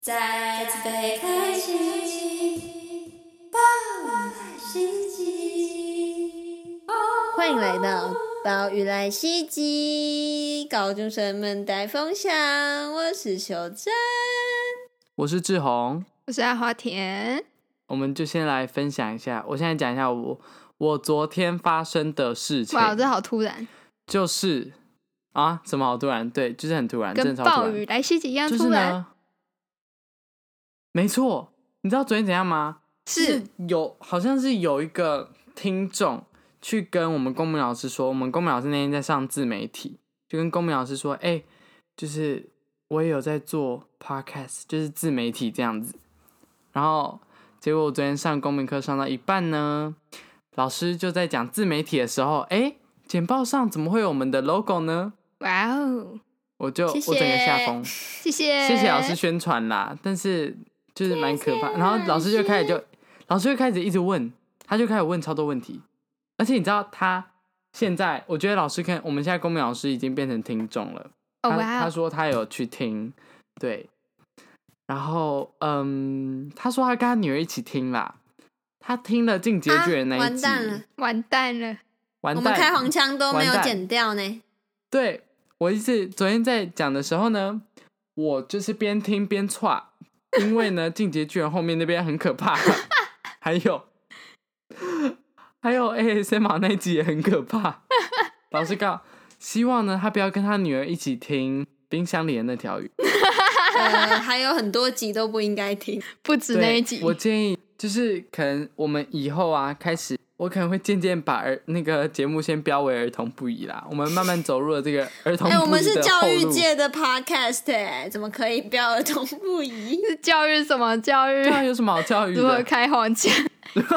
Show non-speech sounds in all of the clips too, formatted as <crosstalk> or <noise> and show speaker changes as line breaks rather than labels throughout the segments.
再次被开启，爆满心机。
欢迎来到暴雨来袭击，高中生们带风向，我是秀珍。
我是志宏，
我是阿华田，
我们就先来分享一下。我现在讲一下我我昨天发生的事情，
哇，这好突然，
就是啊，什么好突然？对，就是很突然，真
跟
的超
暴
突
雨
然，
来袭击一样
就是
突然，
呢，没错，你知道昨天怎样吗？
是
有好像是有一个听众去跟我们公民老师说，我们公民老师那天在上自媒体，就跟公民老师说，哎、就是我也有在做 podcast，就是自媒体这样子。然后结果我昨天上公民课上到一半呢，老师就在讲自媒体的时候，哎、简报上怎么会有我们的 logo 呢？
哇哦，
我就
谢谢
我整个下风，
谢谢，
谢谢老
哎
师，宣传啦，但是就是蛮可怕。然后老师就开始就，老师就开始一直问，他就开始问超多问题，而且你知道他现在，我觉得老师看我们现在公民老师已经变成听众了。
哦
他
哇
他
哦，
说他有去听，对，然后嗯，他说他跟他女儿一起听啦，他听了《进阶巨人》那
啊
一
完
集，
蛋了，
完蛋了，
完
我
蛋
们开黄腔都没有
完蛋
剪掉
<laughs>
呢。
对我一直昨天在讲的时候呢，我就是边听边串，因为呢，《进阶巨人》后面那边很可怕， <laughs> 还有还有 ASMR 那一集也很可怕。老师告，希望呢他不要跟他女儿一起听冰箱里的那条鱼。
呃，还有很多集都不应该听。
不止
对
那一集，
我建议就是可能我们以后啊开始。我可能会渐渐把儿那个节目先标为儿童不宜啦，我们慢慢走入了这个儿童
哎、
不宜的
我们是教育
后路
界的 podcast，、哎，怎么可以标儿童不宜？
是教育什么教育
对？啊，有什么好教育
如何
的？
开黄腔？ <laughs>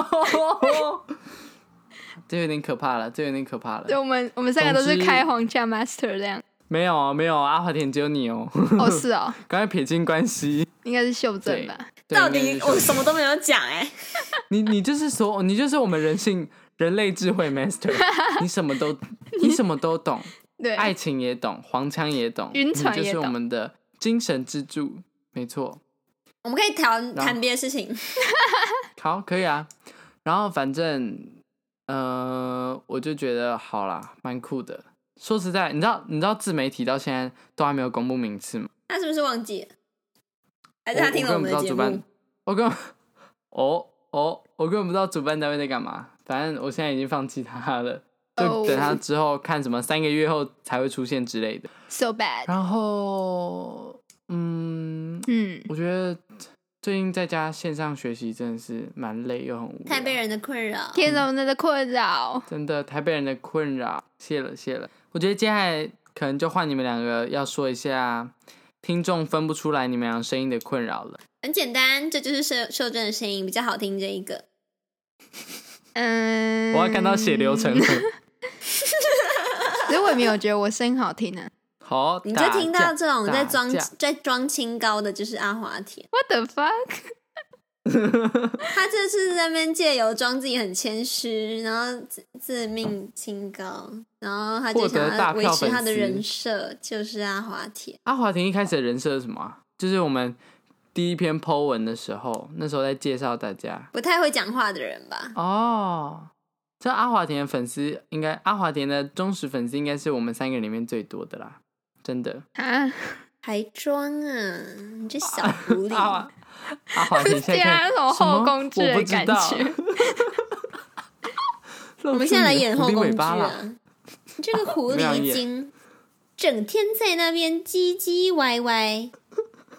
<laughs> 这有点可怕了，这有点可怕
对，
了。
我们我们三个都是
总之
开黄腔 master 这样。
没有啊没有啊，阿华田只有你哦， <laughs>
哦，是哦，
赶快撇清关系。
应该是秀珍
对
吧？
对
到
应该
底
是这样
我什么都没有讲，哎，
你你就是所你就是我们人性人类智慧 master，你什么都你什么都懂，
对，
爱情也懂，黄腔也懂，
晕船
你就
也
是
懂
我们的精神支柱，没错。
我们可以谈
后
谈别的事情。
好，可以啊。然后反正，呃，我就觉得好啦，蛮酷的。说实在，你知道，你知道自媒体到现在都还没有公布名次吗？
他是不是忘记了？还
我
是他听了我们的节
我根
<laughs> 目？
本不知道主办，我根本，哦哦，我根本不知道主办单位在干嘛。反正我现在已经放弃他了，就
哦
等他之后看什么三个月后才会出现之类的。
so bad。
然后，嗯，
嗯，
我觉得最近在家线上学习真的是蛮累又很无聊
太。被人的困扰。
嗯
天龙人的困扰，
真的，台北人的困扰，谢了谢了。我觉得接下来可能就换你们两个要说一下，听众分不出来你们俩声音的困扰了。
很简单，这就是秀秀珍的声音比较好听这一个。
嗯，
我要看到血流成河。
<laughs>
可是 <laughs> 我也没有觉得我声音好听啊。
好，
你就
打
听到
架
这种在
打
装
架
在装清高的，就是阿华田，
What the fuck？
他这次在那边借由装自己很谦虚，然后自自命清高，然后他就
获得
想要
大
维
票
持
粉
他的
丝
人设，就是阿华田。
阿华庭一开始的人设是什么啊、就是我们第一篇 Po 文的时候，那时候在介绍大家
不太会讲话的人吧？
哦。这阿华田的粉丝应该，阿华田的忠实粉丝应该是我们三个里面最多的啦，真的。
啊，
还装啊！你这小狐狸，
<laughs> 阿华阿华田现在看
<laughs>
天啊那种后
什么
宫剧
我不
的
知
感
道
觉
露
我
<laughs>
们
出
现在来
你的
演
狐
后
狸
宫
尾 <laughs>
剧
巴
<laughs>
啦！
啊！你这个狐
没有
狸
演
精，整天在那边唧唧歪歪，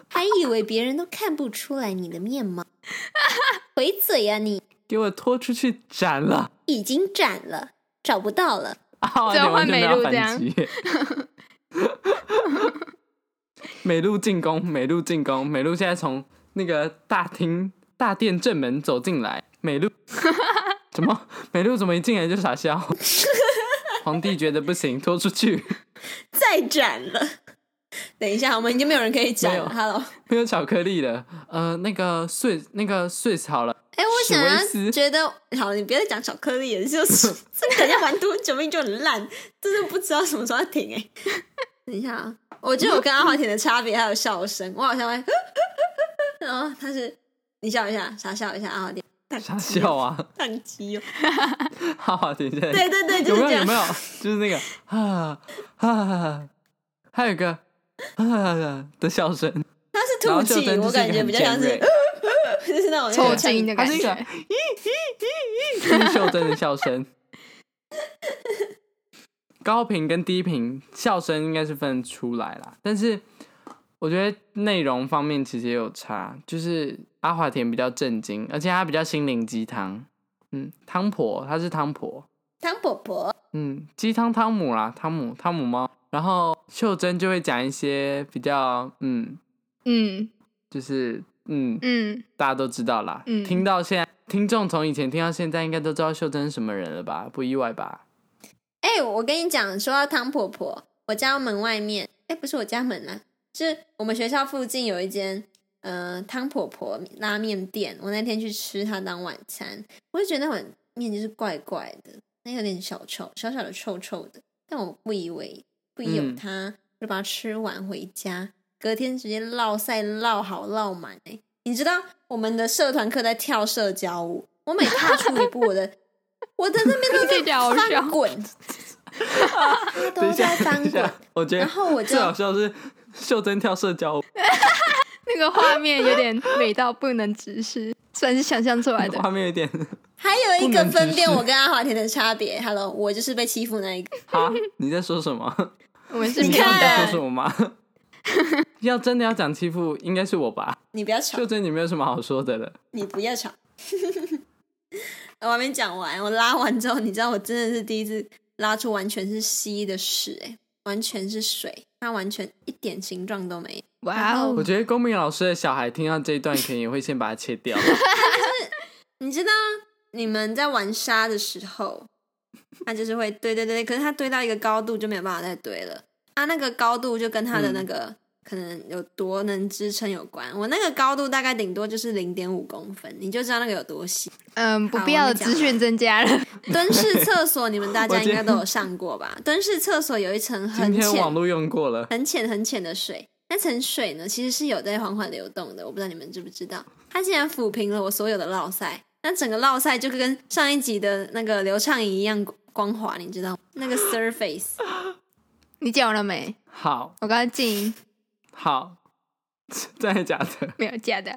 还以为别人都看不出来你的面 <laughs> 貌。回嘴呀、你
给我拖出去斩 <laughs> 了！
已经斩了，找不到了。
<laughs> 啊，
只有
你完
换
全没
美
有
露这
反
样
击耶。 <laughs> 美露进攻，美露进攻，美露现在从那个大厅大殿正门走进来。美 <laughs> 露怎么？美露怎么一进来就傻笑？ <laughs> 皇帝觉得不行，拖出去。
再斩了。等一下，我们已经没有人可以斩了。
没
Hello，
没有巧克力了。呃，那个碎，那个碎好了。
哎、我
史
想
威斯
要觉得，好，你别再讲巧克力了，就是这个等一下玩多久命就很烂，真的不知道什么时候要停哎、等一下啊，我觉得我跟阿华田的差别还有笑声，我好像会，然后他是你笑一下，傻笑一下啊，点
傻笑啊！ <laughs>
宕机哦，
哈哈，等一下，
对对对，就
有
是
没有
这
有
样
没。有？就是那个啊啊，还有一个啊的笑声，
他是
然
吐
后就
气，
真就
我
是一
感
个
觉
很
比较像
尖
是
锐，
<laughs> 就是那种
抽
对
筋的
它
感
是一个 <laughs>
觉。
就是袖珍的笑声。高频跟低频笑声应该是分得出来啦，但是我觉得内容方面其实也有差，就是阿华田比较震惊，而且他比较心灵鸡汤，嗯，汤婆她是汤婆，
汤婆婆，
嗯，鸡汤汤姆啦，汤姆汤姆猫，然后秀珍就会讲一些比较嗯，
嗯
就是嗯，
嗯，
大家都知道啦，
嗯
听到现在听众从以前听到现在，应该都知道秀珍是什么人了吧？不意外吧？
哎、我跟你讲，说到汤婆婆，我家门外面，哎、不是我家门啊，是我们学校附近有一间，呃，汤婆婆拉面店。我那天去吃它当晚餐，我就觉得那碗面就是怪怪的，那有点小臭，小小的臭臭的。但我不以为不以有
嗯
它，就把它吃完回家，隔天直接落晒落好落满哎、你知道我们的社团课在跳社交舞，我每踏出一步，我的 <laughs> 我的那边都
这点好
在
笑
翻滚，他 <laughs>
等
都
一
在
下，等
翻
一
滚
下，，我觉得
然后我就
最好笑是秀珍跳社
<laughs>
交舞
那个画面有点美到不能直视， <laughs> 虽然是想象出来的。
画面有点
还有一个
不能
分
直
辨
视
我跟阿华田的差别。Hello，我就是被欺负那一个。
哈，你在说什么？
<laughs>
我们是
你
你
没
知
有
道你在
的
看
说什
<laughs>
么吗？要真的要讲欺负，应该是
<laughs>
我吧？
你不要吵
秀，珍，你没有什么好说的了。
你不要吵。 <laughs> 我还没讲完，我拉完之后，你知道我真的是第一次拉出完全是稀的屎、欸，完全是水，它完全一点形状都没有。
哇
嗯
哦
我，觉得公民老师的小孩听到这一段，可能也会先把它切掉。
你知道你们在玩沙的时候，它就是会堆堆堆，可是它堆到一个高度就没有办法再堆了。它那个高度就跟它的
嗯
那个、可能有多能支撑有关。我那个高度大概顶多就是零点五公分，你就知道那个有多
<laughs>
细。
嗯，不必要的资讯增加了。
蹲式厕所你们大
我
家
今
应该都有上过吧？蹲式厕所有一层
今
<laughs> 很
天网
浅、
络用过了，
很浅、很浅的水，那层水呢其实是有在缓缓流动的。我不知道你们知不知道，它竟然抚平了我所有的落塞，那整个落塞就跟上一集的那个刘畅怡一样光滑，你知道吗？那个 surface
<laughs>
<laughs>
你讲完了没？
好
我刚刚静音，
好， <laughs> 真的假的？
没有假的。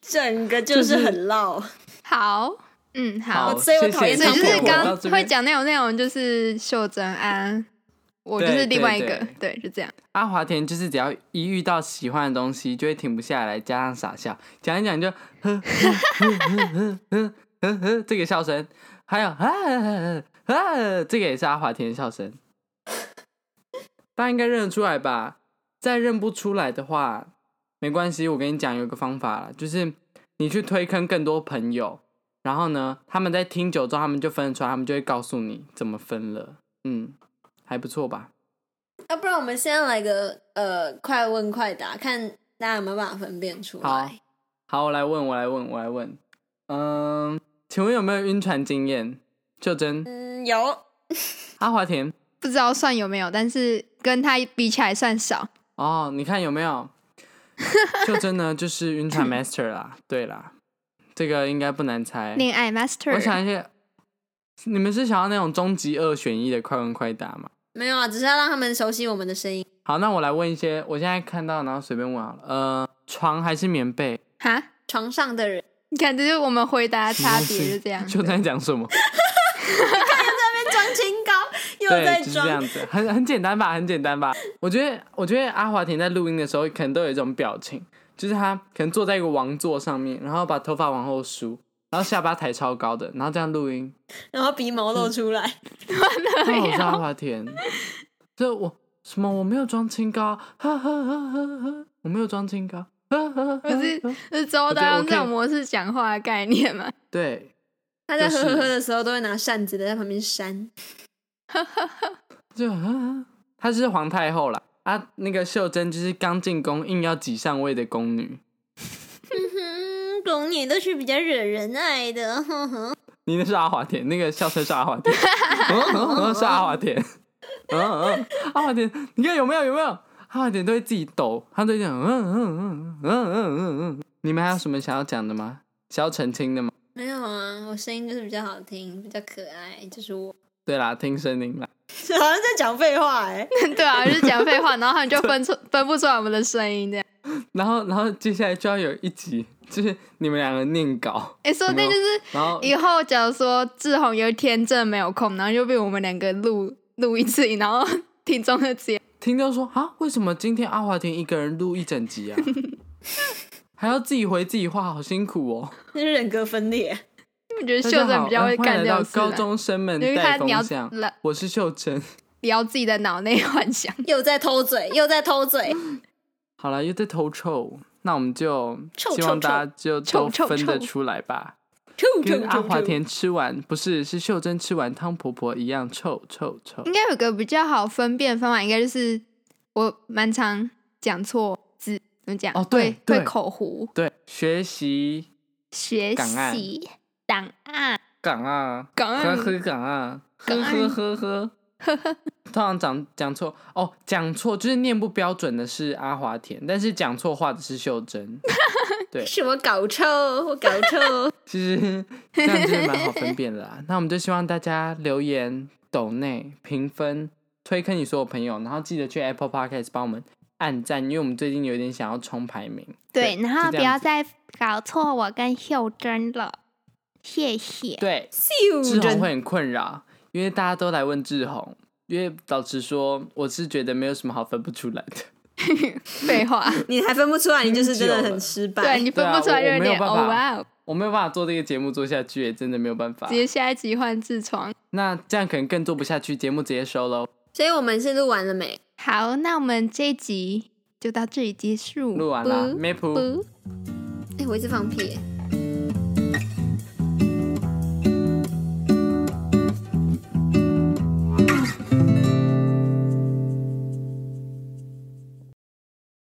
整个就是很落。
好，嗯，好
好，。
所以我
谢
讨厌
所
谢
以
汤婆
就是
婆
到
刚
这边
会讲那种内容，就是秀珍安，我就是
对
另外一个，
对
对，就这样。
阿华田就是只要一遇到喜欢的东西，就会停不下来，加上傻笑，讲一讲就呵呵呵呵呵呵这个笑声，还有啊啊，这个也是阿华田的笑声。大家应该认得出来吧？再认不出来的话，没关系，我跟你讲有一个方法啦，就是你去推坑更多朋友，然后呢，他们在听久之后，他们就分得出来，他们就会告诉你怎么分了。嗯，还不错吧？
要、啊不然我们现在来个呃快问快答，看大家有没有办法分辨出
好
来。
好，我来问，我来问，我来问。嗯，请问有没有晕船经验？秀珍、
嗯，有。
阿华田
不知道算有没有，但是跟他比起来算少。
哦，你看有没有？秀珍呢，就是晕船 master 啦。对啦，这个应该不难猜。
恋
哎
爱
我想
master，
一下，你们是想要那种终极二选一的快问快答吗？
没有啊，只是要让他们熟悉我们的声音。
好，那我来问一些，我现在看到，然后随便问好了。呃，床还是棉被？
哈，
床上的人，
你看这就是我们回答差别，就这样。
秀珍在讲什么？
装清高 <laughs> 又
对，
在
就是这样
装，
子，很很简单吧，很简单吧。我觉得，我觉得阿华田在录音的时候，可能都有一种表情，就是他可能坐在一个王座上面，然后把头发往后梳，然后下巴抬超高的，然后这样录
<laughs>
音。
然后鼻毛露出来。
那我是阿华田，这我什么？我没有装清高， <laughs> 呵呵呵呵呵，我没有装清高，呵呵呵呵。
不是是周
我觉得
到
我
用
可以
这种模式讲话的概念嘛？
对，
他在
就
呵
是
呵呵的时候都会拿扇子的在旁边扇。
就呵呵她是皇太后啦。啊，那个秀珍就是刚进宫，硬要挤上位的宫女。
嗯，宫女都是比较惹人爱的。呵呵
你那是阿华田，那个笑声是阿华田， <laughs> 嗯嗯嗯嗯，是阿华田，嗯嗯，阿华田，你看有没有有没有？他有点都会自己抖，他都会讲嗯嗯嗯嗯嗯嗯嗯嗯。你们还有什么想要讲的吗？想要澄清的吗？
<laughs> 没有啊，我声音就是比较好听，比较可爱，就是我。
对啦，听声音啦。
好像在讲废话 <laughs> 哎、
<laughs> 对啊，就是讲废话，然后他们就分出 <laughs> 分不出来我们的声音这样。
然后，然后接下来就要有一集，就是你们两个念稿，
哎、说不定就是
然后
以后假如说志宏有一天真的没有空，然后就被我们两个录录一次，然后听众就直接
听到说啊，为什么今天阿华田一个人录一整集啊？ <laughs> 还要自己回自己话，好辛苦哦。
那是人格分裂。
我觉得
大
<laughs> 秀
家
珍
好，
比较会
欢迎
干
来到
这种事啊，
高中生们
因为他
带风
聊
向。
聊
我是秀珍。
聊自己的脑内幻想。
又在偷嘴，又在偷 <laughs> 嘴，
好了，又在偷臭，那我们就
臭
希望
臭臭
大家就都
臭臭
分得
臭
出来吧。
吐
跟
吐
阿华
吐吐。
田吃完不是是秀珍吃完汤婆婆一样臭臭臭
<laughs> 应。该有个比较好分辨的方法，应该就是我蛮常讲错字，怎么讲？
哦对
会
对
会口胡。
对，学习
学
档案
习档案，
港啊，
档
呵
案
呵港啊，呵
港
呵呵呵。 <laughs> 通常讲讲错哦，讲错就是念不标准的是阿华田，但是讲错话的是秀珍。
是我搞臭，我搞 <laughs> 臭。
其实这样真的蛮好分辨的
<laughs>
啦。那我们就希望大家留言、抖内、评分、推坑你所有朋友，然后记得去 Apple Podcast 帮我们按赞，因为我们最近有点想要冲排名。
对，然后
就
不
这样
要
子
再搞错我跟秀珍了，谢谢。 <laughs>
对，志
秀
宏
珍
会很困扰，因为大家都来问志宏。因为老实说，我是觉得没有什么好分不出来的。 <laughs>
废话，
你还分不出来，你就是真的
听久了
很失
对
败。
你分不出来就
对啊我我
有
没有
点
办
哦
法
哇哦，
我没有办法做这个节目做下去，真的没有办法
直。接下一集换痔疮。
那这样可能更做不下去，节目直接收喽。
所以我们是录完了没？
好，那我们这一集就到这里结束。
录完啦
不
m a p
不
哎、我一直放屁耶、